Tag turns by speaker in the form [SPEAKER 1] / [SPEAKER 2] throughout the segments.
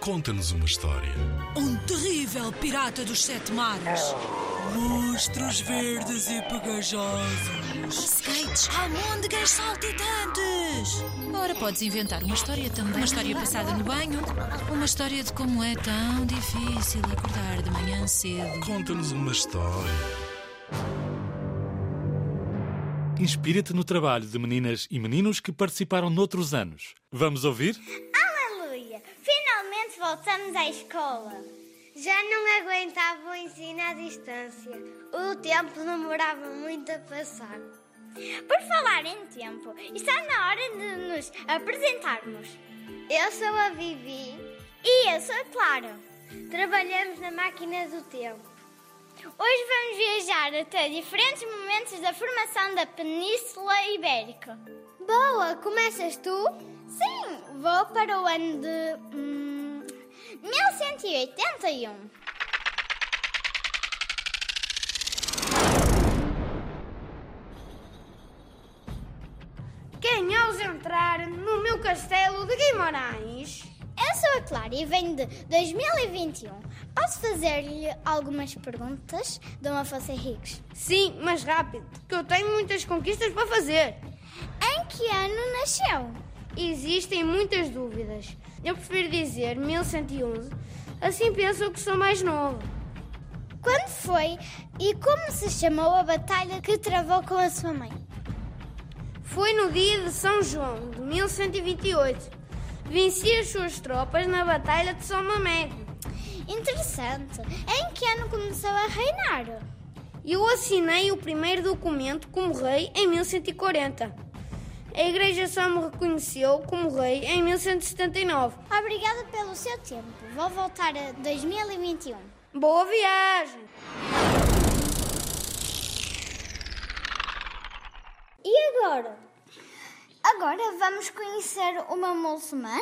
[SPEAKER 1] Conta-nos uma história.
[SPEAKER 2] Um terrível pirata dos sete mares. Monstros verdes e pegajosos.
[SPEAKER 3] Skates, almôndegas saltitantes.
[SPEAKER 4] Ora, podes inventar uma história também. Uma história passada no banho. Uma história de como é tão difícil acordar de manhã cedo.
[SPEAKER 1] Conta-nos uma história.
[SPEAKER 5] Inspira-te no trabalho de meninas e meninos que participaram noutros anos. Vamos ouvir?
[SPEAKER 6] Aleluia! Finalmente voltamos à escola. Já não aguentava o ensino à distância. O tempo demorava muito a passar. Por falar em tempo, está na hora de nos apresentarmos. Eu sou a Vivi. E eu sou a Clara. Trabalhamos na máquina do tempo. Hoje vamos viajar até diferentes momentos da formação da Península Ibérica. Boa! Começas tu? Sim! Vou para o ano de. hum, 1181. Quem ousa entrar no meu castelo de Guimarães? Eu sou a Clara e venho de 2021. Posso fazer-lhe algumas perguntas, Dom Afonso Henriques?
[SPEAKER 7] Sim, mas rápido, que eu tenho muitas conquistas para fazer.
[SPEAKER 6] Em que ano nasceu?
[SPEAKER 7] Existem muitas dúvidas. Eu prefiro dizer 1111, assim pensam que sou mais novo.
[SPEAKER 6] Quando foi e como se chamou a batalha que travou com a sua mãe?
[SPEAKER 7] Foi no dia de São João, de 1128. Venci as suas tropas na Batalha de São Mamego.
[SPEAKER 6] Interessante. Em que ano começou a reinar?
[SPEAKER 7] Eu assinei o primeiro documento como rei em 1140. A Igreja só me reconheceu como rei em 1179.
[SPEAKER 6] Obrigada pelo seu tempo. Vou voltar a 2021.
[SPEAKER 7] Boa viagem!
[SPEAKER 6] E agora? Agora vamos conhecer uma muçulmana?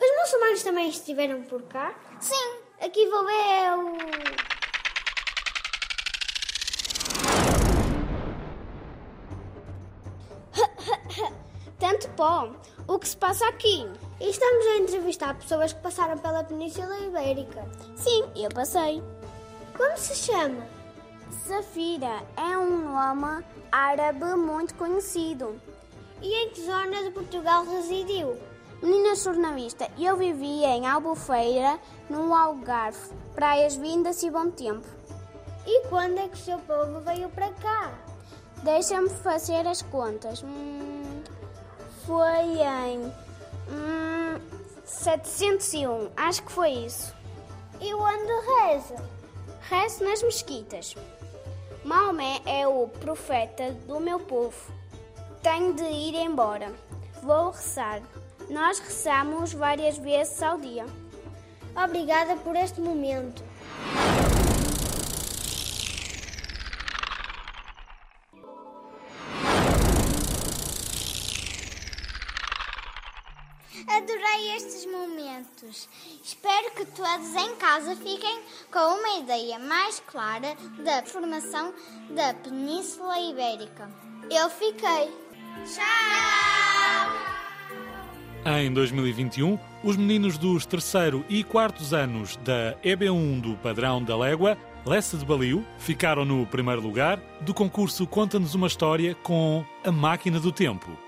[SPEAKER 6] Os muçulmanos também estiveram por cá? Sim. Aqui vou eu.
[SPEAKER 7] Tanto pó, o que se passa aqui?
[SPEAKER 6] Estamos a entrevistar pessoas que passaram pela Península Ibérica. Sim, eu passei. Como se chama?
[SPEAKER 7] Safira é um nome árabe muito conhecido.
[SPEAKER 6] E em que zona de Portugal residiu?
[SPEAKER 7] Menina jornalista, eu vivia em Albufeira, no Algarve, praias vindas e bom tempo.
[SPEAKER 6] E quando é que o seu povo veio para cá?
[SPEAKER 7] Deixa-me fazer as contas. Hum, foi em hum, 701, acho que foi isso.
[SPEAKER 6] E onde reza?
[SPEAKER 7] Rezo nas mesquitas. Maomé é o profeta do meu povo. Tenho de ir embora. Vou rezar. Nós rezamos várias vezes ao dia.
[SPEAKER 6] Obrigada por este momento. Adorei estes momentos. Espero que todos em casa fiquem com uma ideia mais clara da formação da Península Ibérica. Eu fiquei. Tchau!
[SPEAKER 5] Em 2021, os meninos dos terceiro e quartos anos da EB1 do Padrão da Légua, Lessa de Balio, ficaram no primeiro lugar do concurso Conta-nos uma História com A Máquina do Tempo.